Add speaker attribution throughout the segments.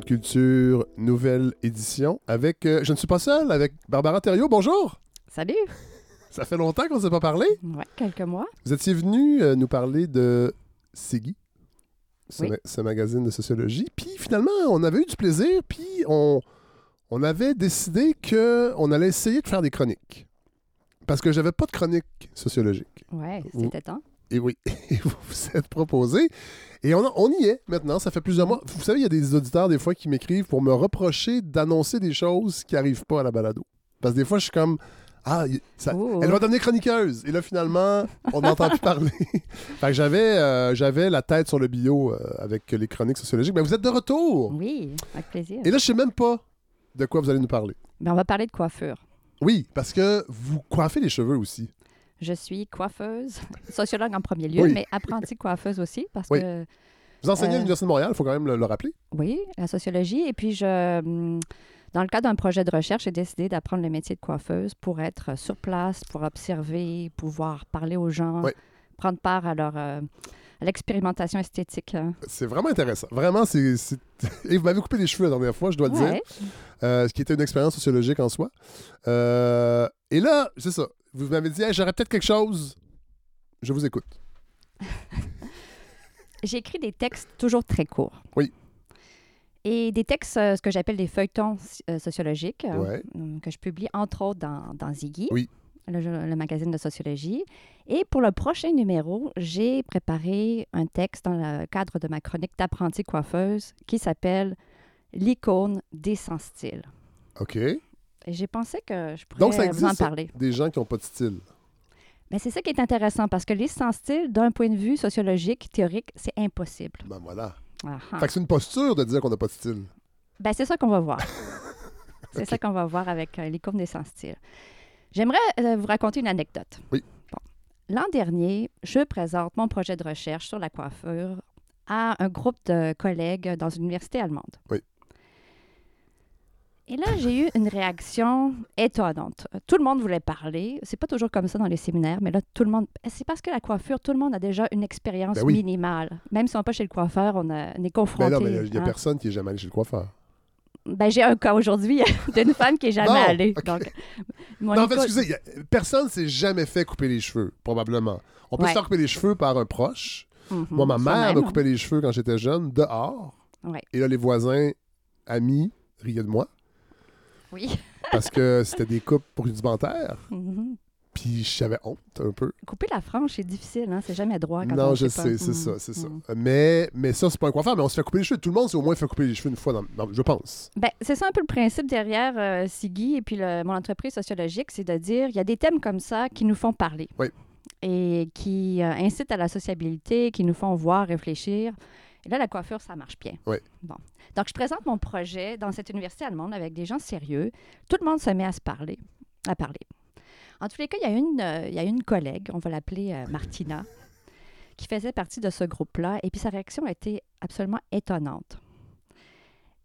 Speaker 1: Culture, nouvelle édition, avec, euh, je ne suis pas seul, avec Barbara Thériault. Bonjour!
Speaker 2: Salut!
Speaker 1: Ça fait longtemps qu'on ne s'est pas parlé.
Speaker 2: Ouais, quelques mois.
Speaker 1: Vous étiez venu euh, nous parler de Sigui, ce,
Speaker 2: Oui.
Speaker 1: ma- ce magazine de sociologie. Puis finalement, on avait eu du plaisir, puis on, on avait décidé qu'on allait essayer de faire des chroniques. Parce que j'avais pas de chronique sociologique.
Speaker 2: Ouais,
Speaker 1: Ouh.
Speaker 2: c'était temps.
Speaker 1: Et oui, et vous vous êtes proposé. Et on, on y est maintenant, ça fait plusieurs mois. Vous savez, il y a des auditeurs des fois qui m'écrivent pour me reprocher d'annoncer des choses qui n'arrivent pas à la balado. Parce que des fois, je suis comme, ah, y- ça,
Speaker 2: Oh.
Speaker 1: elle va devenir chroniqueuse. Et là, finalement, on n'entend plus parler. fait que j'avais, euh, j'avais la tête sur le bio euh, avec les chroniques sociologiques. Mais vous êtes de retour.
Speaker 2: Oui, avec plaisir.
Speaker 1: Et là, je sais même pas de quoi vous allez nous parler.
Speaker 2: Mais on va parler de coiffure.
Speaker 1: Oui, parce que vous coiffez les cheveux aussi.
Speaker 2: Je suis coiffeuse, sociologue en premier lieu,
Speaker 1: Oui.
Speaker 2: mais apprentie coiffeuse aussi parce
Speaker 1: Oui.
Speaker 2: que
Speaker 1: Vous enseignez à
Speaker 2: Euh.
Speaker 1: l'Université de Montréal, il faut quand même le, le rappeler.
Speaker 2: oui, la sociologie. Et puis je, hum, dans le cadre d'un projet de recherche, j'ai décidé d'apprendre le métier de coiffeuse pour être sur place, pour observer, pouvoir parler aux gens,
Speaker 1: Oui.
Speaker 2: prendre part à leur euh, à l'expérimentation esthétique. hein.
Speaker 1: C'est vraiment intéressant. Vraiment, c'est. c'est- Et vous m'avez coupé les cheveux la dernière fois, je dois le dire.
Speaker 2: Ouais.
Speaker 1: Euh, ce qui était une expérience sociologique en soi. Euh, et là, c'est ça. Vous m'avez dit, Hey, j'aurais peut-être quelque chose. Je vous écoute.
Speaker 2: J'écris des textes toujours très courts.
Speaker 1: Oui.
Speaker 2: Et des textes, euh, ce que j'appelle des feuilletons euh, sociologiques, euh,
Speaker 1: Ouais.
Speaker 2: euh, que je publie entre autres dans, dans Ziggy,
Speaker 1: Oui.
Speaker 2: le, jour- le magazine de sociologie. Et pour le prochain numéro, j'ai préparé un texte dans le cadre de ma chronique d'apprenti coiffeuse qui s'appelle L'icône des sans-style.
Speaker 1: OK.
Speaker 2: Et j'ai pensé que je pourrais
Speaker 1: Donc, ça
Speaker 2: vous en
Speaker 1: existe, ça?
Speaker 2: parler.
Speaker 1: Des gens qui n'ont pas de style.
Speaker 2: Mais c'est ça qui est intéressant parce que les sans-style, d'un point de vue sociologique, théorique, c'est impossible.
Speaker 1: Ben voilà.
Speaker 2: Ah, ah.
Speaker 1: Fait que c'est une posture de dire qu'on n'a pas de style.
Speaker 2: Ben, c'est ça qu'on va voir. c'est
Speaker 1: Ok.
Speaker 2: ça qu'on va voir avec euh, les courbes des sans-style. J'aimerais euh, vous raconter une anecdote.
Speaker 1: Oui.
Speaker 2: Bon. L'an dernier, je présente mon projet de recherche sur la coiffure à un groupe de collègues dans une université allemande.
Speaker 1: Oui.
Speaker 2: Et là, j'ai eu une réaction étonnante. Euh, Tout le monde voulait parler. C'est pas toujours comme ça dans les séminaires, mais là, tout le monde. eh, C'est parce que la coiffure, tout le monde a déjà une expérience
Speaker 1: Ben oui.
Speaker 2: minimale. Même si on n'est pas chez le coiffeur, on, a- on est confronté.
Speaker 1: Ben non, mais il n'y a
Speaker 2: hein.
Speaker 1: personne qui est jamais allé chez le coiffeur.
Speaker 2: Ben, j'ai un cas aujourd'hui d'une femme qui est jamais
Speaker 1: Bon,
Speaker 2: allée.
Speaker 1: ok.
Speaker 2: Donc, mon
Speaker 1: non, en fait,
Speaker 2: école-
Speaker 1: excusez, y a- personne s'est jamais fait couper les cheveux, probablement. On peut se
Speaker 2: Ouais.
Speaker 1: faire couper les cheveux par un proche.
Speaker 2: Mhm,
Speaker 1: Moi, ma mère
Speaker 2: soi-même.
Speaker 1: me coupait les cheveux quand j'étais jeune, dehors.
Speaker 2: Ouais.
Speaker 1: Et là, les voisins, amis, riaient de moi
Speaker 2: Oui.
Speaker 1: parce que c'était des coupes rudimentaires.
Speaker 2: Mhm.
Speaker 1: Puis j'avais honte un peu.
Speaker 2: Couper la frange, c'est difficile. Hein? C'est jamais droit. Quand on
Speaker 1: non,
Speaker 2: le
Speaker 1: je
Speaker 2: sait pas.
Speaker 1: sais, c'est
Speaker 2: Mhm,
Speaker 1: ça, c'est ça.
Speaker 2: mhm.
Speaker 1: Mais, mais ça, c'est pas un coiffeur, mais on se fait couper les cheveux. Tout le monde s'est au moins fait couper les cheveux une fois, dans- dans- je pense.
Speaker 2: Ben, c'est ça un peu le principe derrière euh, Sigui et puis le- mon entreprise sociologique, c'est de dire il y a des thèmes comme ça qui nous font parler
Speaker 1: Oui.
Speaker 2: et qui euh, incitent à la sociabilité, qui nous font voir, réfléchir. Et là, la coiffure, ça marche bien.
Speaker 1: Oui.
Speaker 2: Bon. Donc, je présente mon projet dans cette université allemande avec des gens sérieux. Tout le monde se met à se parler, à parler. En tous les cas, il y a une, euh, il y a une collègue, on va l'appeler euh, Martina, qui faisait partie de ce groupe-là. Et puis, sa réaction a été absolument étonnante.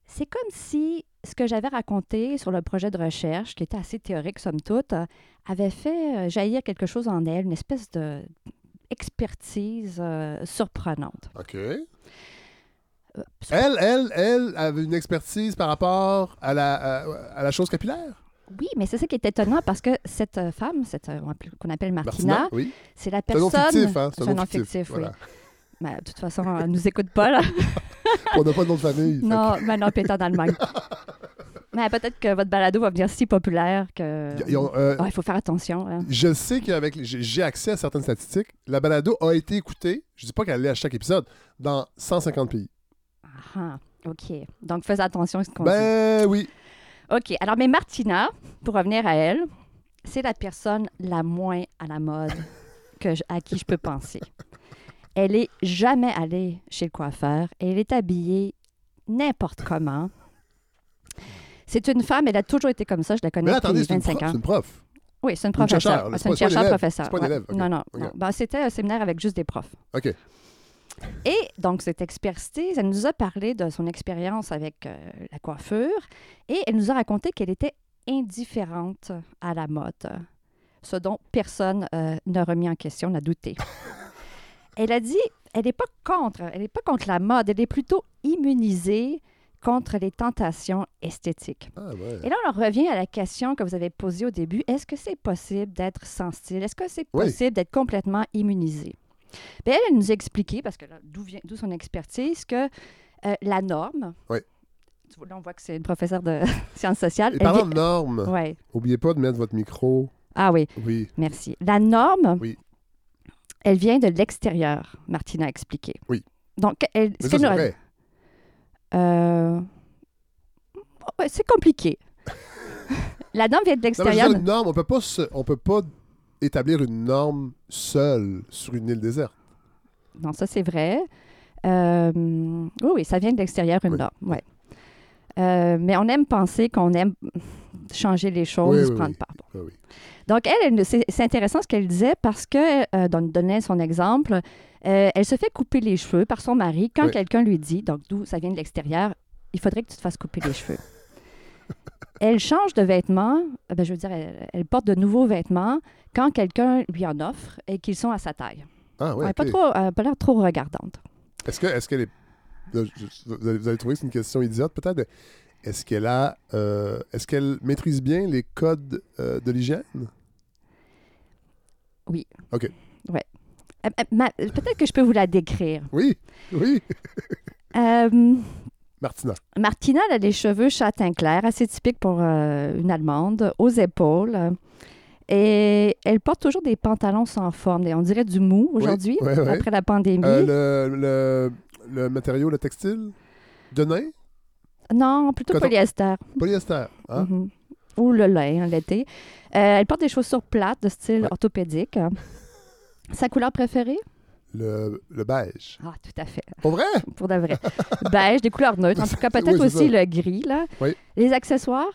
Speaker 2: C'est comme si ce que j'avais raconté sur le projet de recherche, qui était assez théorique somme toute, euh, avait fait euh, jaillir quelque chose en elle, une espèce de expertise euh, surprenante.
Speaker 1: OK.
Speaker 2: Euh,
Speaker 1: Elle, elle, elle avait une expertise par rapport à la, à, à la chose capillaire.
Speaker 2: Oui, mais c'est ça qui est étonnant parce que cette euh, femme, cette, euh, on appelle- qu'on appelle Martina,
Speaker 1: oui.
Speaker 2: c'est la
Speaker 1: C'est un nom
Speaker 2: personne.
Speaker 1: fictif, hein?
Speaker 2: c'est un nom fictif, oui.
Speaker 1: voilà.
Speaker 2: Mais, de toute façon, elle nous écoute pas là.
Speaker 1: On n'a pas de nom de famille. fait
Speaker 2: non, mais non, pétant d'Allemagne. mais peut-être que votre balado va devenir si populaire que.
Speaker 1: que- ils ont, euh,
Speaker 2: Ah, il faut faire attention. hein.
Speaker 1: Je sais qu'avec les- j'ai j'ai accès à certaines statistiques. La balado a été écoutée, je dis pas qu'elle l'est à chaque épisode, dans 150 pays.
Speaker 2: Ah, ok. Donc fais attention à ce qu'on dit.
Speaker 1: Ben oui.
Speaker 2: OK. Alors, mais Martina, pour revenir à elle, c'est la personne la moins à la mode que je- à qui je peux penser. Elle est jamais allée chez le coiffeur et elle est habillée n'importe comment. C'est une femme, elle a toujours été comme ça, je la
Speaker 1: Mais
Speaker 2: connais
Speaker 1: là, attendez,
Speaker 2: depuis
Speaker 1: c'est une,
Speaker 2: 25
Speaker 1: prof-
Speaker 2: ans.
Speaker 1: c'est une prof.
Speaker 2: Oui, c'est une
Speaker 1: Une chercheure,
Speaker 2: professeure. Ah,
Speaker 1: là, c'est pas- c'est
Speaker 2: C'est une
Speaker 1: pas une
Speaker 2: chercheure
Speaker 1: élève.
Speaker 2: professeure.
Speaker 1: C'est pas une
Speaker 2: ouais.
Speaker 1: élève, ok.
Speaker 2: Non, non.
Speaker 1: Ok.
Speaker 2: non. Ben, c'était un séminaire avec juste des profs.
Speaker 1: Ok.
Speaker 2: Et donc, cette expertise, elle nous a parlé de son expérience avec euh, la coiffure et elle nous a raconté qu'elle était indifférente à la mode, ce dont personne euh, n'a remis en question, n'a douté. elle a dit, elle n'est pas contre, elle n'est pas contre la mode, elle est plutôt immunisée contre les tentations esthétiques.
Speaker 1: Ah, ouais.
Speaker 2: Et là, on en revient à la question que vous avez posée au début. Est-ce que c'est possible d'être sans style? Est-ce que c'est
Speaker 1: Oui.
Speaker 2: possible d'être complètement immunisé? Bien, elle elle nous a expliqué, parce que là, d'où vient d'où son expertise, que euh, la norme...
Speaker 1: Oui.
Speaker 2: Tu vois, Là, on voit que c'est une professeure de sciences sociales.
Speaker 1: Et
Speaker 2: Elle
Speaker 1: parlant
Speaker 2: vient-
Speaker 1: de normes,
Speaker 2: Ouais.
Speaker 1: oubliez pas de mettre votre micro.
Speaker 2: Ah oui,
Speaker 1: Oui.
Speaker 2: merci. La norme,
Speaker 1: Oui.
Speaker 2: elle vient de l'extérieur, Martina a expliqué.
Speaker 1: Oui.
Speaker 2: Donc, elle,
Speaker 1: Mais ça,
Speaker 2: ce qu'elle
Speaker 1: c'est
Speaker 2: nous-
Speaker 1: vrai.
Speaker 2: Euh, oh, ouais, c'est compliqué. la norme vient de
Speaker 1: Non, mais je veux
Speaker 2: l'extérieur.
Speaker 1: dire, une norme, on peut pas se- on peut pas établir une norme seule sur une île déserte.
Speaker 2: Non, ça, c'est vrai. Euh, oui, oui, ça vient de l'extérieur, une
Speaker 1: Oui.
Speaker 2: norme. Ouais. Euh, mais on aime penser qu'on aime changer les choses,
Speaker 1: Oui, oui,
Speaker 2: prendre
Speaker 1: oui.
Speaker 2: part.
Speaker 1: Ah oui.
Speaker 2: Donc, elle, elle ne- c'est c'est intéressant ce qu'elle disait parce que, euh, dans, donnait son exemple, euh, elle se fait couper les cheveux par son mari quand
Speaker 1: Oui.
Speaker 2: quelqu'un lui dit, donc d'où ça vient de l'extérieur, il faudrait que tu te fasses couper les cheveux. elle change de vêtements, euh, ben, je veux dire, elle, elle porte de nouveaux vêtements quand quelqu'un lui en offre et qu'ils sont à sa taille.
Speaker 1: Ah ouais,
Speaker 2: elle n'a
Speaker 1: ok.
Speaker 2: pas, trop- elle a pas l'air trop regardante.
Speaker 1: Est-ce que, est-ce qu'elle est, là, je- je- vous allez- vous allez trouver que c'est une question idiote peut-être, mais est-ce qu'elle a, euh, est-ce qu'elle maîtrise bien les codes euh, de l'hygiène
Speaker 2: Euh, euh, ma- Peut-être que je peux vous la décrire.
Speaker 1: Oui, oui.
Speaker 2: Euh,
Speaker 1: Martina.
Speaker 2: Martina elle a les cheveux châtain clair, assez typique pour euh, une Allemande, aux épaules. euh, Et elle porte toujours des pantalons sans forme, des- on dirait du mou aujourd'hui,
Speaker 1: ouais, ouais.
Speaker 2: après la pandémie.
Speaker 1: Euh, le, le, le matériau, le textile, de nain,
Speaker 2: Non, plutôt
Speaker 1: coton.
Speaker 2: polyester.
Speaker 1: polyester. hein?
Speaker 2: Mhm. Ou le lin, hein, l'été. Euh, elle porte des chaussures plates de style
Speaker 1: Ouais.
Speaker 2: orthopédique. Sa couleur préférée?
Speaker 1: Le, le beige.
Speaker 2: Ah, tout à fait.
Speaker 1: Pas vrai?
Speaker 2: pour de vrai. Beige, des couleurs neutres. En tout cas, peut-être
Speaker 1: Oui, c'est
Speaker 2: aussi le gris, là.
Speaker 1: Oui.
Speaker 2: Les accessoires?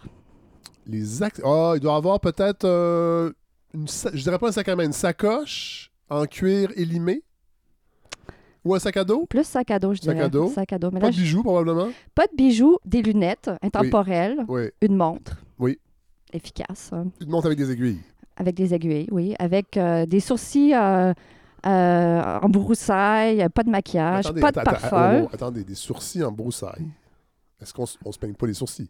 Speaker 1: Les axes. Ah, il doit avoir peut-être euh, une. sa- Je dirais pas un sac à main, une sacoche en cuir élimé. Ou un sac à dos.
Speaker 2: Plus sac à dos, je
Speaker 1: Sac à
Speaker 2: dirais.
Speaker 1: dos.
Speaker 2: Sac à dos. Mais
Speaker 1: Pas
Speaker 2: Ah, là,
Speaker 1: de bijoux, probablement.
Speaker 2: je- pas de bijoux, des lunettes intemporelles.
Speaker 1: Oui.
Speaker 2: une montre.
Speaker 1: Oui.
Speaker 2: Efficace. hein,
Speaker 1: Une montre avec des aiguilles.
Speaker 2: Avec des aiguilles, oui. Avec euh, des sourcils euh, euh, en broussailles, pas de maquillage,
Speaker 1: Attendez,
Speaker 2: Ah, pas de
Speaker 1: attends, attends,
Speaker 2: parfum.
Speaker 1: oh, oh, attendez, des sourcils en broussailles. Est-ce qu'on s- on se peigne pas les sourcils?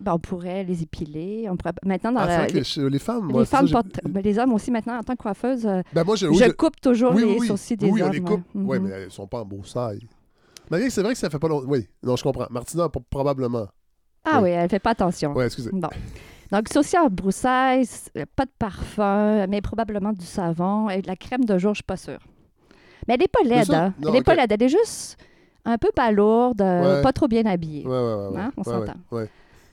Speaker 2: Ben, on pourrait les épiler. On pourrait... Maintenant, dans
Speaker 1: oh. Ah, c'est
Speaker 2: la-
Speaker 1: vrai que
Speaker 2: les,
Speaker 1: chez les femmes,
Speaker 2: les
Speaker 1: moi, c'est ça,
Speaker 2: femmes
Speaker 1: j'ai-
Speaker 2: portent- ben, les hommes aussi, maintenant, en tant que coiffeuse, euh,
Speaker 1: Ben, moi, je, oui,
Speaker 2: je
Speaker 1: je-
Speaker 2: coupe toujours
Speaker 1: oui, oui,
Speaker 2: les
Speaker 1: oui.
Speaker 2: sourcils des
Speaker 1: Oui, oui, on
Speaker 2: hommes.
Speaker 1: les
Speaker 2: ouais.
Speaker 1: coupe. Oui,
Speaker 2: Mhm.
Speaker 1: mais elles sont pas en broussailles. Mais c'est vrai que ça fait pas longtemps. Oui, non, je comprends. Martina, pour- probablement.
Speaker 2: Ah
Speaker 1: oui.
Speaker 2: oui, elle fait pas attention.
Speaker 1: Ouais, excusez.
Speaker 2: Bon. Donc, sourcils en broussailles, s- pas de parfum, mais probablement du savon et de la crème de jour, je suis pas sûre. Mais elle n'est pas laide,
Speaker 1: ça-
Speaker 2: hein.
Speaker 1: non,
Speaker 2: Elle n'est pas
Speaker 1: ok.
Speaker 2: laide. Elle est juste un peu palourde, euh,
Speaker 1: Ouais.
Speaker 2: pas trop bien habillée.
Speaker 1: Ouais, ouais, ouais. ouais.
Speaker 2: Hein, on
Speaker 1: Ouais,
Speaker 2: s'entend.
Speaker 1: Ouais, ouais.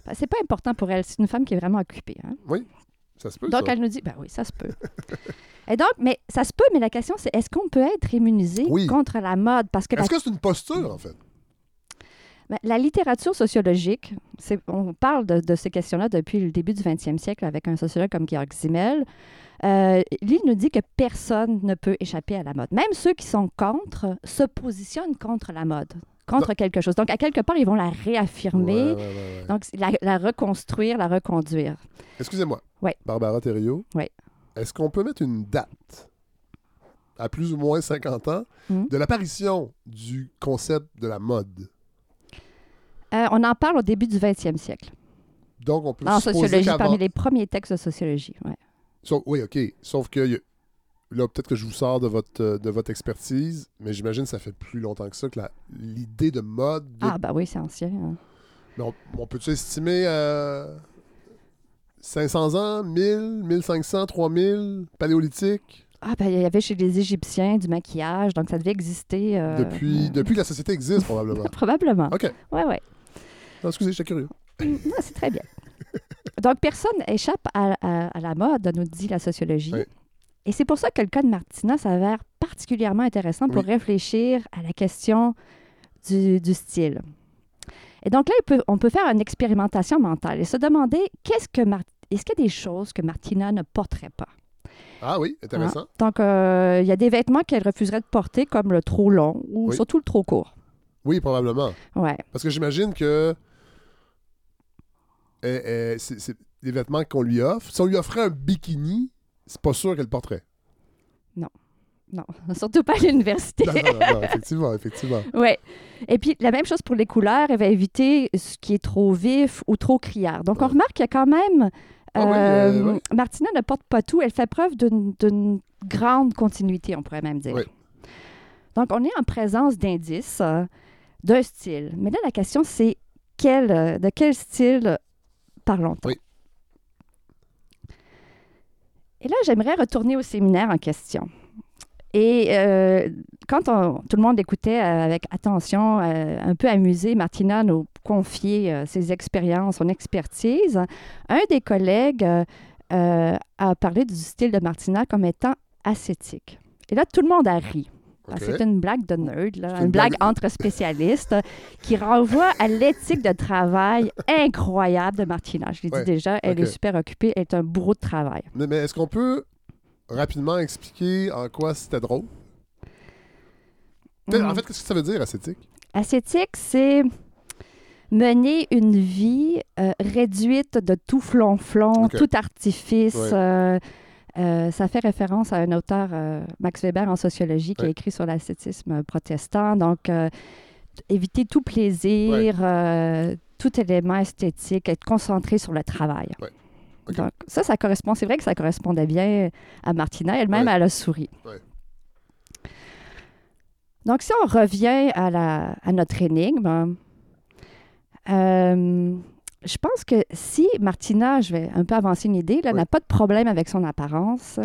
Speaker 2: Ben, C'est pas important pour elle. C'est une femme qui est vraiment occupée. hein.
Speaker 1: Ça se peut.
Speaker 2: Donc,
Speaker 1: ça.
Speaker 2: elle nous dit, ben oui, ça se peut. et donc, mais ça se peut, mais la question, c'est est-ce qu'on peut être immunisé
Speaker 1: Oui.
Speaker 2: contre la mode? Parce que la,
Speaker 1: Est-ce que c'est une posture, en fait?
Speaker 2: ben, la littérature sociologique, c'est- on parle de, de ces questions-là depuis le début du 20e siècle avec un sociologue comme Georg Simmel. Euh, lui, il nous dit que personne ne peut échapper à la mode. Même ceux qui sont contre se positionnent contre la mode, contre quelque chose. Donc, à quelque part, ils vont la réaffirmer,
Speaker 1: Bah. Ouais, ouais, ouais, ouais.
Speaker 2: donc la- la reconstruire, la reconduire.
Speaker 1: Excusez-moi.
Speaker 2: Ouais.
Speaker 1: Barbara Thériault.
Speaker 2: Ouais.
Speaker 1: Est-ce qu'on peut mettre une date à plus ou moins 50 ans
Speaker 2: Mhm.
Speaker 1: de l'apparition du concept de la mode?
Speaker 2: Euh, on en parle au début du 20e siècle.
Speaker 1: Donc, on peut
Speaker 2: En
Speaker 1: supposer
Speaker 2: Ah, sociologie,
Speaker 1: qu'avant-
Speaker 2: parmi les premiers textes de sociologie. ouais.
Speaker 1: Sauf- oui, OK. Sauf que y a- là, peut-être que je vous sors de votre, euh, de votre expertise, mais j'imagine que ça fait plus longtemps que ça que la- l'idée de mode. de-
Speaker 2: Ah, bah oui, c'est ancien. hein.
Speaker 1: Mais on, on peut-tu estimer euh, 500 ans, 1000, 1500, 3000, paléolithique?
Speaker 2: Ah, ben il y avait chez les Égyptiens du maquillage, donc ça devait exister. euh,
Speaker 1: Depuis, depuis que la société existe, probablement.
Speaker 2: Probablement.
Speaker 1: OK.
Speaker 2: Oui, oui.
Speaker 1: Non, excusez, j'étais curieux.
Speaker 2: c'est très bien. Donc, personne échappe à, à- à la mode, nous dit la sociologie.
Speaker 1: Oui.
Speaker 2: Et c'est pour ça que le cas de Martina s'avère particulièrement intéressant pour
Speaker 1: Oui.
Speaker 2: réfléchir à la question du, du style. Et donc là, il peut- on peut faire une expérimentation mentale et se demander qu'est-ce que Mar- est-ce qu'il y a des choses que Martina ne porterait pas?
Speaker 1: Ah oui, intéressant.
Speaker 2: Donc, euh, il y a des vêtements qu'elle refuserait de porter, comme le trop long ou
Speaker 1: Oui.
Speaker 2: surtout le trop court.
Speaker 1: Oui, probablement.
Speaker 2: Ouais.
Speaker 1: Parce que j'imagine que eh, eh, c'est c'est les vêtements qu'on lui offre. Si on lui offrait un bikini, c'est pas sûr qu'elle le porterait.
Speaker 2: Non, surtout pas à l'université.
Speaker 1: Non, non, non, non, effectivement, effectivement.
Speaker 2: Ouais. Et puis, la même chose pour les couleurs, elle va éviter ce qui est trop vif ou trop criard. Donc, on
Speaker 1: Ouais.
Speaker 2: remarque qu'il y a quand même.
Speaker 1: Ah oui, euh,
Speaker 2: euh,
Speaker 1: ouais.
Speaker 2: Martina ne porte pas tout. Elle fait preuve d'une d'une grande continuité, on pourrait même dire.
Speaker 1: Oui.
Speaker 2: Donc, on est en présence d'indices euh, d'un style. Mais là, la question, c'est quel, euh, de quel style parlons-t-on?
Speaker 1: Oui.
Speaker 2: Et là, j'aimerais retourner au séminaire en question. Et euh, quand on- tout le monde écoutait euh, avec attention, euh, un peu amusé, Martina nous confiait euh, ses expériences, son expertise, un des collègues euh, euh, a parlé du style de Martina comme étant ascétique. Et là, tout le monde a ri. Ah,
Speaker 1: OK.
Speaker 2: C'est une blague de nerd, là,
Speaker 1: C'est
Speaker 2: une
Speaker 1: une
Speaker 2: blague
Speaker 1: blague-
Speaker 2: entre spécialistes qui renvoie à l'éthique de travail incroyable de Martina. Je l'ai
Speaker 1: Ouais,
Speaker 2: dit déjà, elle est
Speaker 1: ok.
Speaker 2: super occupée, elle est un bourreau de travail.
Speaker 1: Mais, mais est-ce qu'on peut rapidement expliquer en quoi c'était drôle? Peut-être- En
Speaker 2: Mm.
Speaker 1: fait, qu'est-ce que ça veut dire, ascétique?
Speaker 2: Ascétique, c'est mener une vie euh, réduite de tout flonflon,
Speaker 1: Ok.
Speaker 2: tout artifice.
Speaker 1: Ouais.
Speaker 2: euh, euh, ça fait référence à un auteur, euh, Max Weber, en sociologie, qui a
Speaker 1: Ouais.
Speaker 2: écrit sur l'ascétisme protestant. Donc, euh, t- éviter tout plaisir, euh, tout élément esthétique, être concentré sur le travail.
Speaker 1: Ouais. Ok.
Speaker 2: Donc, ça, ça correspond. C'est vrai que ça correspondait bien à Martina. Elle-même,
Speaker 1: Ouais.
Speaker 2: elle a souri.
Speaker 1: Ouais.
Speaker 2: Donc, si on revient à, la, à notre énigme, hein, euh, je pense que si Martina, je vais un peu avancer une idée, là,
Speaker 1: Oui.
Speaker 2: n'a pas de problème avec son apparence,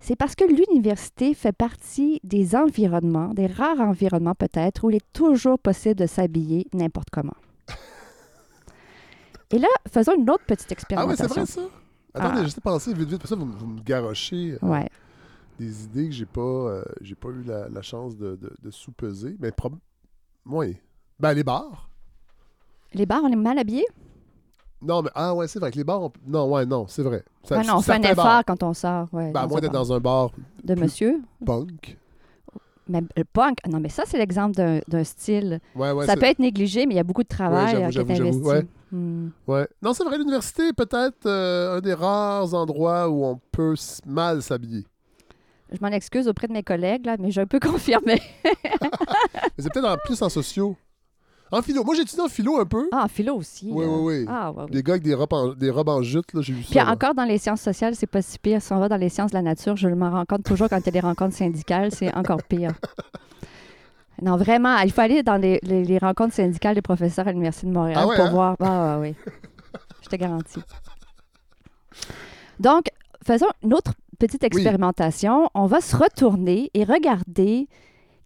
Speaker 2: c'est parce que l'université fait partie des environnements, des rares environnements peut-être, où il est toujours possible de s'habiller n'importe comment. Et là, faisons une autre petite
Speaker 1: Ah ouais,
Speaker 2: expérimentation.
Speaker 1: c'est vrai ça? Attendez,
Speaker 2: Ah.
Speaker 1: j'étais pensé vite, vite, parce que vous, vous me garochez euh,
Speaker 2: Ouais.
Speaker 1: des idées que j'ai pas, euh, j'ai pas eu la, la chance de, de, de sous-peser. Mais prob... Oui. Ben, les bars.
Speaker 2: Les bars, on est mal habillés?
Speaker 1: Non, mais ah ouais, c'est vrai que les bars. on- Non, ouais, non, c'est vrai. Ça-
Speaker 2: Ah non, on fait un
Speaker 1: certains
Speaker 2: effort
Speaker 1: bars-
Speaker 2: quand on sort. ouais,
Speaker 1: Ben, à
Speaker 2: dans
Speaker 1: moins
Speaker 2: un
Speaker 1: d'être
Speaker 2: bar.
Speaker 1: dans un bar
Speaker 2: De
Speaker 1: plus-
Speaker 2: monsieur.
Speaker 1: punk.
Speaker 2: Mais le punk, non, mais ça, c'est l'exemple d'un- d'un style.
Speaker 1: Ouais, ouais,
Speaker 2: ça
Speaker 1: c'est-
Speaker 2: peut être négligé, mais il y a beaucoup de travail
Speaker 1: Ouais,
Speaker 2: euh, qui
Speaker 1: j'avoue,
Speaker 2: est
Speaker 1: j'avoue,
Speaker 2: investi.
Speaker 1: j'avoue, ouais.
Speaker 2: Hmm.
Speaker 1: Ouais. Non, c'est vrai, l'université est peut-être euh, un des rares endroits où on peut s- mal s'habiller.
Speaker 2: Je m'en excuse auprès de mes collègues, là, mais j'ai un peu confirmé.
Speaker 1: Mais c'est peut-être en plus en sociaux. En philo. Moi, j'étudie en philo un peu.
Speaker 2: Ah, en philo aussi.
Speaker 1: oui,
Speaker 2: euh.
Speaker 1: oui, oui.
Speaker 2: Ah, ouais, oui.
Speaker 1: Des gars avec des robes en, des robes en jute, là, j'ai vu ça.
Speaker 2: Puis
Speaker 1: là.
Speaker 2: encore dans les sciences sociales, c'est pas si pire. Si on va dans les sciences de la nature, je m'en rends compte toujours quand il y a des rencontres syndicales, c'est encore pire. Non, vraiment, il faut aller dans les, les- les rencontres syndicales des professeurs à l'Université de Montréal
Speaker 1: Ah ouais,
Speaker 2: pour
Speaker 1: hein?
Speaker 2: voir. Ah ouais, oui, je te garantis. Donc, faisons une autre petite expérimentation. On va se retourner et regarder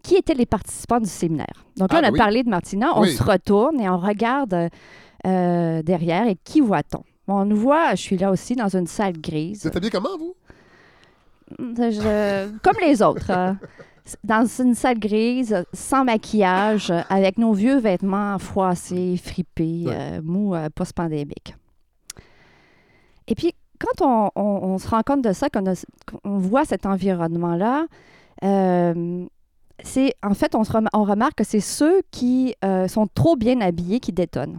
Speaker 2: qui étaient les participants du séminaire. Donc là,
Speaker 1: Ah,
Speaker 2: on a
Speaker 1: bah oui.
Speaker 2: parlé de Martina, on
Speaker 1: Oui.
Speaker 2: se retourne et on regarde euh, euh, derrière et qui voit-on? On nous voit, je suis là aussi, dans une salle
Speaker 1: Vous
Speaker 2: grise.
Speaker 1: êtes habillé comment, vous?
Speaker 2: Je- comme les autres. euh, dans une salle grise, sans maquillage, euh, avec nos vieux vêtements froissés, fripés,
Speaker 1: Ouais.
Speaker 2: euh, mous euh, post-pandémiques. Et puis, quand on, on- on se rend compte de ça, qu'on a- qu'on voit cet environnement-là, euh, c'est en fait, on, se rem- on remarque que c'est ceux qui euh, sont trop bien habillés qui détonnent.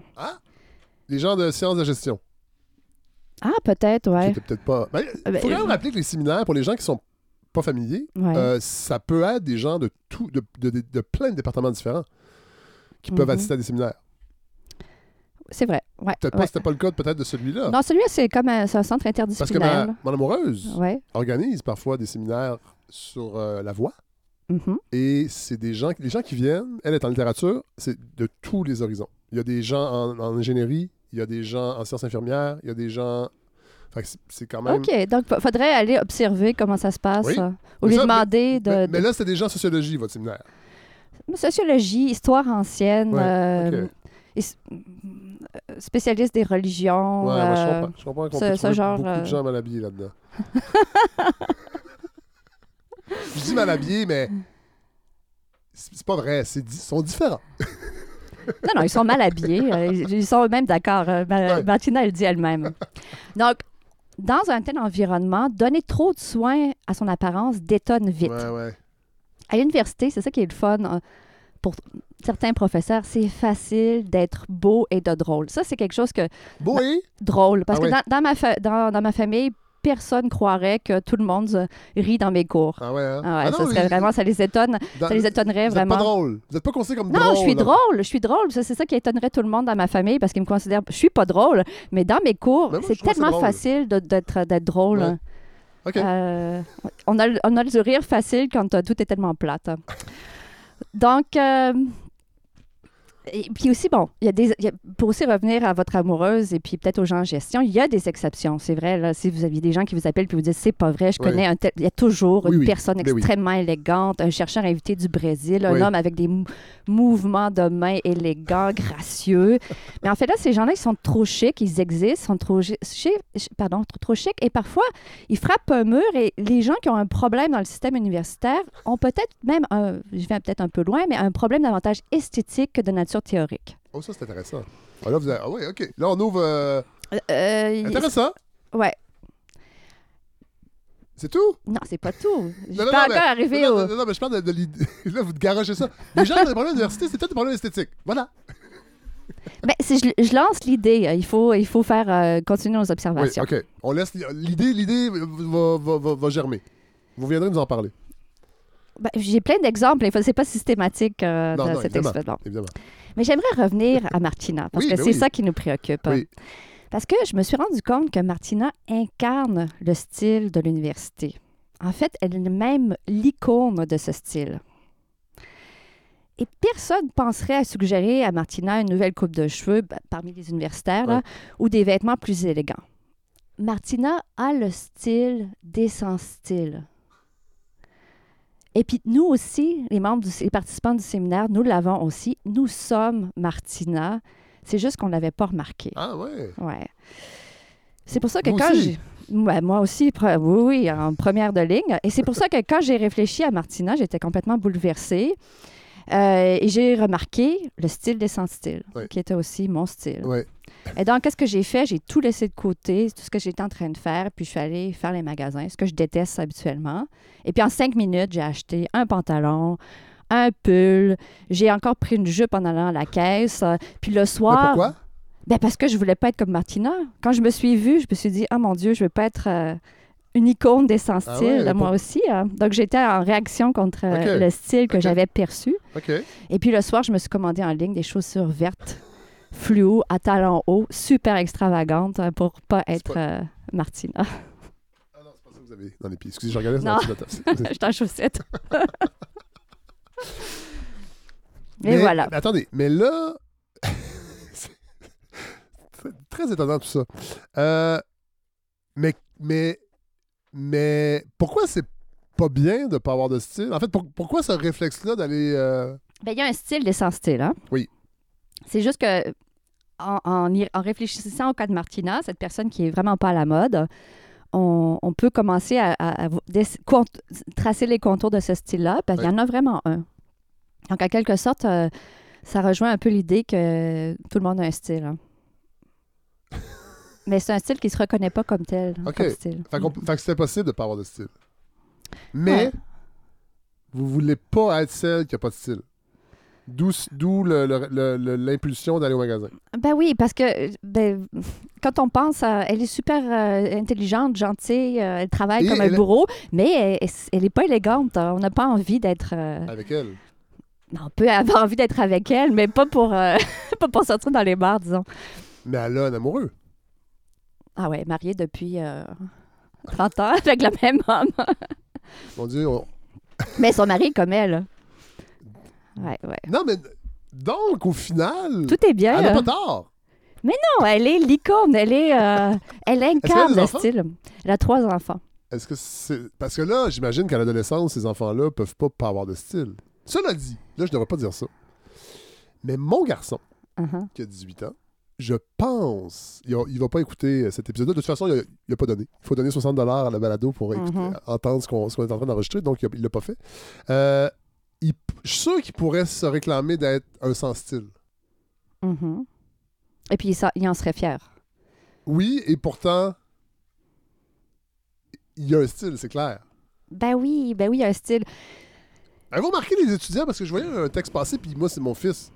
Speaker 1: Les gens de sciences de gestion.
Speaker 2: Ah, peut-être,
Speaker 1: qui
Speaker 2: ouais.
Speaker 1: étaient peut-être pas. Ben,
Speaker 2: Ah, ben,
Speaker 1: faut quand
Speaker 2: euh,
Speaker 1: même rappeler que les séminaires, pour les gens qui sont pas familiers,
Speaker 2: ouais.
Speaker 1: euh, ça peut être des gens de, tout, de, de- de- de plein de départements différents qui peuvent
Speaker 2: Mhm.
Speaker 1: assister à des séminaires.
Speaker 2: C'est vrai. Ouais,
Speaker 1: Peut-être
Speaker 2: ouais.
Speaker 1: pas, c'était pas le cas peut-être de celui-là.
Speaker 2: Non, celui-là, c'est comme un, c'est un
Speaker 1: Parce que
Speaker 2: centre
Speaker 1: ma,
Speaker 2: interdisciplinaire.
Speaker 1: mon amoureuse
Speaker 2: là. Ouais.
Speaker 1: organise parfois des séminaires sur euh, la voix. Hmm.
Speaker 2: Mhm.
Speaker 1: Et c'est des gens, les gens qui viennent, elle est en littérature, c'est de tous les horizons. Il y a des gens en, en ingénierie, il y a des gens en sciences infirmières, il y a des gens. Fait que c'est- c'est quand même.
Speaker 2: OK. Donc, fa- faudrait aller observer comment ça se passe.
Speaker 1: Oui.
Speaker 2: euh, Ou
Speaker 1: Mais
Speaker 2: lui
Speaker 1: ça,
Speaker 2: demander de,
Speaker 1: Mais,
Speaker 2: de-
Speaker 1: mais là, c'est des gens en sociologie, votre séminaire.
Speaker 2: sociologie, histoire ancienne,
Speaker 1: Ouais,
Speaker 2: euh,
Speaker 1: ok.
Speaker 2: his- euh, spécialiste des religions.
Speaker 1: Ouais, ouais, je
Speaker 2: euh,
Speaker 1: comprends. Je comprends qu'on
Speaker 2: ce-
Speaker 1: peut
Speaker 2: ce
Speaker 1: trouver
Speaker 2: genre,
Speaker 1: beaucoup
Speaker 2: euh,
Speaker 1: de gens mal habillés là-dedans. je dis mal habillés, mais c'est c'est pas vrai. c'est di- Ils sont différents.
Speaker 2: Non, non, ils sont mal habillés. euh, ils ils sont eux-mêmes d'accord. euh, Ma-
Speaker 1: Ouais.
Speaker 2: Martina, elle dit elle-même. Donc, dans un tel environnement, donner trop de soins à son apparence détonne vite.
Speaker 1: Ouais, ouais.
Speaker 2: À l'université, c'est ça qui est le fun hein, pour certains professeurs, c'est facile d'être beau et de drôle. Ça, c'est quelque chose que
Speaker 1: Beau et
Speaker 2: drôle parce
Speaker 1: Ah
Speaker 2: que
Speaker 1: ouais.
Speaker 2: dans, dans ma fa- dans, dans ma famille, personne croirait que tout le monde euh, rit dans mes cours.
Speaker 1: Ah ouais, hein?
Speaker 2: Ah ouais,
Speaker 1: Ah
Speaker 2: ça
Speaker 1: non,
Speaker 2: serait
Speaker 1: mais-
Speaker 2: vraiment, ça les étonne,
Speaker 1: dans-
Speaker 2: ça les étonnerait
Speaker 1: Vous êtes pas
Speaker 2: vraiment.
Speaker 1: drôle. Vous êtes pas considéré comme
Speaker 2: Non,
Speaker 1: drôle.
Speaker 2: je suis
Speaker 1: là.
Speaker 2: drôle, je suis drôle. Ça, C'est ça qui étonnerait tout le monde dans ma famille parce qu'ils me considèrent. Je suis pas drôle, mais dans mes cours,
Speaker 1: Mais Ben moi,
Speaker 2: c'est
Speaker 1: je trouve que c'est
Speaker 2: tellement
Speaker 1: drôle.
Speaker 2: facile de- d'être d'être drôle. hein.
Speaker 1: Ouais. OK.
Speaker 2: Euh, on, a, le- on a le rire facile quand euh, tout est tellement plate. Donc. euh, et puis aussi, bon, il y a des, il y a- pour aussi revenir à votre amoureuse et puis peut-être aux gens en gestion, il y a des exceptions, c'est vrai. Là, si vous aviez des gens qui vous appellent puis vous dites c'est pas vrai, je
Speaker 1: Oui.
Speaker 2: connais un tel. Il y a toujours
Speaker 1: Oui,
Speaker 2: une
Speaker 1: oui.
Speaker 2: personne
Speaker 1: Ben oui.
Speaker 2: extrêmement élégante, un chercheur invité du Brésil, un
Speaker 1: Oui.
Speaker 2: homme avec des mou- mouvements de mains élégants, gracieux. Mais en fait, là, ces gens-là, ils sont trop chics, ils existent, sont trop chi- chi- pardon, trop, trop chics. Et parfois, ils frappent un mur et les gens qui ont un problème dans le système universitaire ont peut-être même, un, je vais peut-être un peu loin, mais un problème davantage esthétique que de nature théorique.
Speaker 1: Oh, ça, c'est intéressant. Ah, là, vous avez- ah oui, OK. Là, on ouvre... euh,
Speaker 2: Euh, euh, il-
Speaker 1: Intéressant.
Speaker 2: Ouais.
Speaker 1: C'est tout?
Speaker 2: Non, c'est pas tout. Je
Speaker 1: Non,
Speaker 2: suis
Speaker 1: non,
Speaker 2: pas
Speaker 1: non,
Speaker 2: encore
Speaker 1: Non,
Speaker 2: arrivé
Speaker 1: non,
Speaker 2: au...
Speaker 1: non, non, mais je parle de, de l'idée... Là, vous garochez ça. Les gens qui ont des problèmes d'université, c'est peut-être des problèmes esthétiques. Voilà.
Speaker 2: Ben, si je, je lance l'idée. Il faut, il faut faire euh, continuer nos
Speaker 1: Oui,
Speaker 2: observations.
Speaker 1: OK. On laisse... L'idée, l'idée va, va- va- va germer. Vous viendrez nous en parler,
Speaker 2: Ben, J'ai plein d'exemples. il faut- C'est pas systématique euh,
Speaker 1: Non,
Speaker 2: dans
Speaker 1: non,
Speaker 2: cet
Speaker 1: évidemment.
Speaker 2: expédient.
Speaker 1: évidemment.
Speaker 2: Mais j'aimerais revenir à Martina parce
Speaker 1: Oui,
Speaker 2: que
Speaker 1: ben
Speaker 2: c'est
Speaker 1: oui.
Speaker 2: ça qui nous préoccupe.
Speaker 1: Oui.
Speaker 2: Parce que je me suis rendu compte que Martina incarne le style de l'université. En fait, elle est même l'icône de ce style. Et personne penserait à suggérer à Martina une nouvelle coupe de cheveux ben, parmi les universitaires là,
Speaker 1: Ouais.
Speaker 2: ou des vêtements plus élégants. Martina a le style des sans style. Et puis nous aussi, les membres, du, les participants du séminaire, nous l'avons aussi. Nous sommes Martina. C'est juste qu'on ne l'avait pas remarqué.
Speaker 1: Ah ouais.
Speaker 2: Ouais. C'est pour ça que
Speaker 1: Vous
Speaker 2: quand
Speaker 1: aussi?
Speaker 2: j'ai. Ouais, moi aussi, pre- oui, oui, en première de ligne. Et c'est pour ça que quand j'ai réfléchi à Martina, j'étais complètement bouleversée. Euh, et j'ai remarqué le style des sans-styles,
Speaker 1: Oui.
Speaker 2: qui était aussi mon style.
Speaker 1: Ouais.
Speaker 2: Et donc, qu'est-ce que j'ai fait? J'ai tout laissé de côté, tout ce que j'étais en train de faire, puis je suis allée faire les magasins, ce que je déteste habituellement. Et puis, en cinq minutes, j'ai acheté un pantalon, un pull, j'ai encore pris une jupe en allant à la caisse. Euh, Puis le
Speaker 1: Mais
Speaker 2: soir.
Speaker 1: pourquoi?
Speaker 2: Ben parce que je voulais pas être comme Martina. Quand je me suis vue, je me suis dit, ah mon Dieu, je veux pas être euh, une icône des sans-style,
Speaker 1: Ah ouais,
Speaker 2: moi
Speaker 1: pour-
Speaker 2: aussi. hein. Donc j'étais en réaction contre euh,
Speaker 1: Ok.
Speaker 2: le style que
Speaker 1: Ok.
Speaker 2: j'avais perçu.
Speaker 1: OK.
Speaker 2: Et puis le soir, je me suis commandé en ligne des chaussures vertes, fluo, à talons hauts, super extravagantes hein, pour pas être euh, Martina.
Speaker 1: Ah non, c'est pas ça que vous avez dans les pieds. Excusez, je regardais
Speaker 2: Non.
Speaker 1: ça dans le petit
Speaker 2: J'étais en chaussette. Et
Speaker 1: Mais-
Speaker 2: voilà.
Speaker 1: mais attendez, mais là, c'est c'est très étonnant tout ça. Euh, mais, mais, mais pourquoi c'est pas bien de pas avoir de style? En fait, pour- pourquoi ce réflexe-là d'aller... euh,
Speaker 2: Ben, il y a un style des sans-style, hein?
Speaker 1: Oui.
Speaker 2: C'est juste que en, en y- en réfléchissant au cas de Martina, cette personne qui est vraiment pas à la mode, on, on peut commencer à, à- à vo- dess- cont- tracer les contours de ce style-là. parce qu'il y en a vraiment un. Donc, en quelque sorte, euh, ça rejoint un peu l'idée que tout le monde a un style. hein. Mais c'est un style qui se reconnaît pas comme tel. hein,
Speaker 1: Ok.
Speaker 2: comme style.
Speaker 1: Fait, qu'on- fait que c'est impossible de pas avoir de style. Mais
Speaker 2: Ouais.
Speaker 1: vous voulez pas être celle qui a pas de style. D'où d'où le- le- le- le- l'impulsion d'aller au magasin.
Speaker 2: Ben oui, parce que euh, ben, quand on pense à. Elle est super euh, intelligente, gentille, euh, elle travaille
Speaker 1: Et
Speaker 2: comme un
Speaker 1: elle-
Speaker 2: bourreau, mais elle- elle n'est pas élégante. hein. On n'a pas envie d'être. euh,
Speaker 1: Avec elle.
Speaker 2: ben, On peut avoir envie d'être avec elle, mais pas pour, euh, pas pour sortir dans les bars, disons.
Speaker 1: Mais elle a un amoureux.
Speaker 2: Ah ouais, mariée depuis euh, 30 ans avec le même homme.
Speaker 1: Mon Dieu, on-
Speaker 2: Mais son mari est comme elle. Ouais, ouais.
Speaker 1: Non, mais donc, au final,
Speaker 2: Tout est bien.
Speaker 1: elle n'a
Speaker 2: euh.
Speaker 1: pas tort.
Speaker 2: Non, elle est licorne, elle est. euh, elle
Speaker 1: qu'elle a
Speaker 2: incarne
Speaker 1: des
Speaker 2: le
Speaker 1: enfants?
Speaker 2: style. Elle a trois enfants.
Speaker 1: Est-ce que c'est. Parce que là, j'imagine qu'à l'adolescence, ces enfants-là peuvent pas, pas avoir de style. Cela dit, là, je devrais pas dire ça. Mais mon garçon,
Speaker 2: Uh-huh.
Speaker 1: qui a 18 ans, je pense. Il, a- il va pas écouter euh, cet épisode-là. De toute façon, il a, il a pas donné. Il faut donner 60 à la balado pour écouter- euh,
Speaker 2: Mhm.
Speaker 1: entendre ce qu'on ce qu'on est en train d'enregistrer, donc il a- il l'a pas fait. Euh, il- je suis sûr qu'il pourrait se réclamer d'être un sans style.
Speaker 2: Mhm. Et puis, il s'en- il en serait fier.
Speaker 1: Oui, et pourtant, il y a un style, c'est clair.
Speaker 2: Ben oui, ben oui, il y a un style.
Speaker 1: Avez-vous remarqué les étudiants? Parce que je voyais un texte passer, puis moi, c'est mon fils.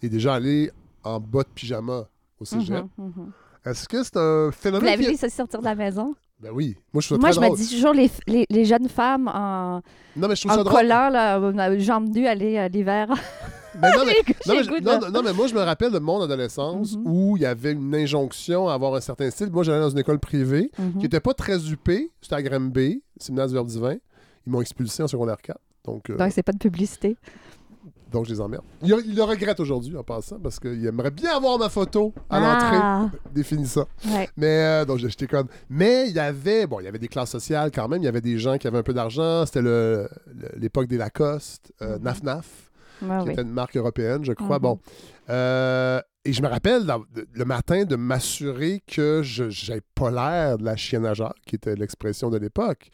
Speaker 1: Il est déjà allé en bas de pyjama au cégep.
Speaker 2: Mhm, mhm.
Speaker 1: Est-ce que c'est Ah un
Speaker 2: Vous
Speaker 1: phénomène
Speaker 2: l'avez
Speaker 1: qui
Speaker 2: vu
Speaker 1: est...
Speaker 2: se sortir de la maison?
Speaker 1: Ben oui. Moi, je trouve ça
Speaker 2: Moi,
Speaker 1: très
Speaker 2: je me
Speaker 1: drôle.
Speaker 2: dis toujours les, les, les jeunes femmes en,
Speaker 1: Non, mais je trouve ça
Speaker 2: en
Speaker 1: drôle.
Speaker 2: collant, là, euh, jambes nues, aller euh, l'hiver.
Speaker 1: Mais Ben non, mais,
Speaker 2: J'ai
Speaker 1: non, mais,
Speaker 2: le
Speaker 1: je-
Speaker 2: goût de-
Speaker 1: non, non, non, mais moi, je me rappelle de mon adolescence
Speaker 2: Mhm.
Speaker 1: où il y avait une injonction à avoir un certain style. Moi, j'allais dans une école privée
Speaker 2: Mhm.
Speaker 1: qui n'était pas très huppée. C'était à Grimby, séminaire du Verdivin. Ils m'ont expulsé en secondaire 4. Donc, euh,
Speaker 2: Donc, c'est pas de publicité.
Speaker 1: donc, je les emmerde. Il, il le regrette aujourd'hui en passant parce qu'il aimerait bien avoir ma photo à l'entrée
Speaker 2: Ah,
Speaker 1: définissant.
Speaker 2: ouais.
Speaker 1: Mais euh, donc j'ai acheté comme. Mais il y avait bon, il y avait des classes sociales quand même. Il y avait des gens qui avaient un peu d'argent. C'était le- le- l'époque des Lacoste, euh,
Speaker 2: Mhm.
Speaker 1: Naf Naf,
Speaker 2: Ouais,
Speaker 1: qui
Speaker 2: Ah oui.
Speaker 1: était une marque européenne, je crois.
Speaker 2: Mhm.
Speaker 1: Bon, Euh, et je me rappelle dans- de- le matin de m'assurer que je j'avais pas l'air de la chienne à Jacques, qui était l'expression de l'époque.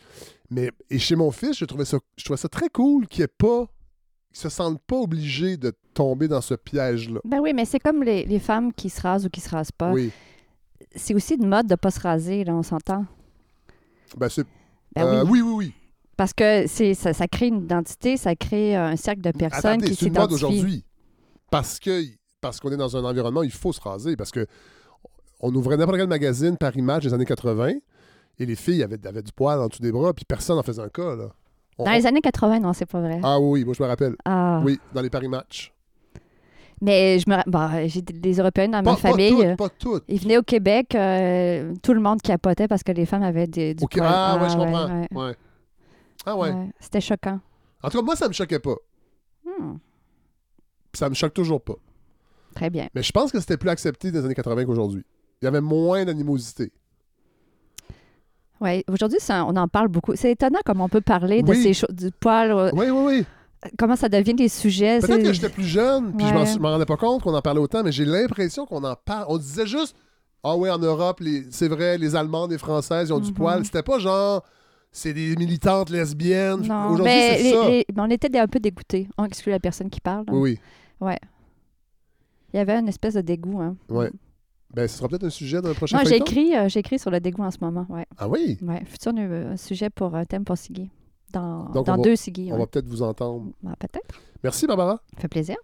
Speaker 1: Mais et chez mon fils, je trouvais ça, je trouvais ça très cool qu'il y ait pas, qu'ils se sentent pas obligés de tomber dans ce piège là.
Speaker 2: Ben oui, mais c'est comme les, les femmes qui se rasent ou qui se rasent pas.
Speaker 1: Oui,
Speaker 2: C'est aussi une mode de pas se raser, là, on s'entend.
Speaker 1: ben c'est.
Speaker 2: Ben
Speaker 1: euh, oui,
Speaker 2: oui.
Speaker 1: oui, oui.
Speaker 2: Parce que c'est ça, ça crée une identité, ça crée euh, un cercle de personnes
Speaker 1: Attendez,
Speaker 2: qui
Speaker 1: c'est une mode
Speaker 2: s'identifient.
Speaker 1: aujourd'hui. Parce que parce qu'on est dans un environnement, il faut se raser. Parce que on ouvrait n'importe quel magazine par image des années 80 et les filles avaient, avaient du poil en dessous des bras, puis personne n'en faisait un cas. Là. On-
Speaker 2: Dans les années 80, non, c'est pas vrai.
Speaker 1: Ah oui, oui, moi je me rappelle.
Speaker 2: Ah.
Speaker 1: Oui, dans les paris match.
Speaker 2: Mais je me ra- bon, j'ai des des Européennes dans
Speaker 1: Pas,
Speaker 2: ma
Speaker 1: pas
Speaker 2: famille. euh,
Speaker 1: toutes, pas toutes.
Speaker 2: Ils venaient au Québec, euh, tout le monde capotait parce que les femmes avaient des, du
Speaker 1: Ok,
Speaker 2: poil.
Speaker 1: Ah, ouais, je
Speaker 2: ouais,
Speaker 1: comprends.
Speaker 2: ouais,
Speaker 1: Ouais. Ah ouais.
Speaker 2: ouais. C'était choquant.
Speaker 1: En tout cas, moi, ça me choquait pas.
Speaker 2: Hmm,
Speaker 1: Puis ça me choque toujours pas.
Speaker 2: Très bien.
Speaker 1: Mais je pense que c'était plus accepté dans les années 80 qu'aujourd'hui. Il y avait moins d'animosité.
Speaker 2: Ouais, aujourd'hui, ça- on en parle beaucoup. C'est étonnant comme on peut parler de
Speaker 1: Oui.
Speaker 2: ces choses, du poil, euh,
Speaker 1: Oui, oui, oui.
Speaker 2: comment ça devient des sujets.
Speaker 1: Peut-être
Speaker 2: c'est-
Speaker 1: que j'étais plus jeune, puis je m'en-
Speaker 2: Ouais.
Speaker 1: je m'en rendais pas compte qu'on en parlait autant, mais j'ai l'impression qu'on en parle. On disait juste Ah ouais, en Europe, les- c'est vrai, les Allemandes, les Françaises, ils ont du
Speaker 2: Mhm.
Speaker 1: poil. C'était pas genre c'est des militantes lesbiennes.
Speaker 2: Non,
Speaker 1: Aujourd'hui,
Speaker 2: mais
Speaker 1: c'est
Speaker 2: les-
Speaker 1: ça.
Speaker 2: les- mais on était des- un peu dégoûtés. On exclut la personne qui parle.
Speaker 1: Oui, oui.
Speaker 2: Il y avait une espèce de dégoût. hein.
Speaker 1: Ouais. Ben, ce sera peut-être un sujet d'un prochain
Speaker 2: Non,
Speaker 1: feuilleton.
Speaker 2: j'écris, euh, j'éris sur le dégoût en ce moment. Ouais.
Speaker 1: Ah oui,
Speaker 2: Ouais. Futur nu- un sujet pour un thème pour Sigui. Dans,
Speaker 1: Donc,
Speaker 2: dans
Speaker 1: on va-
Speaker 2: deux Sigui.
Speaker 1: on va peut-être vous entendre.
Speaker 2: Bah, Peut-être.
Speaker 1: Merci, Barbara.
Speaker 2: Ça fait plaisir.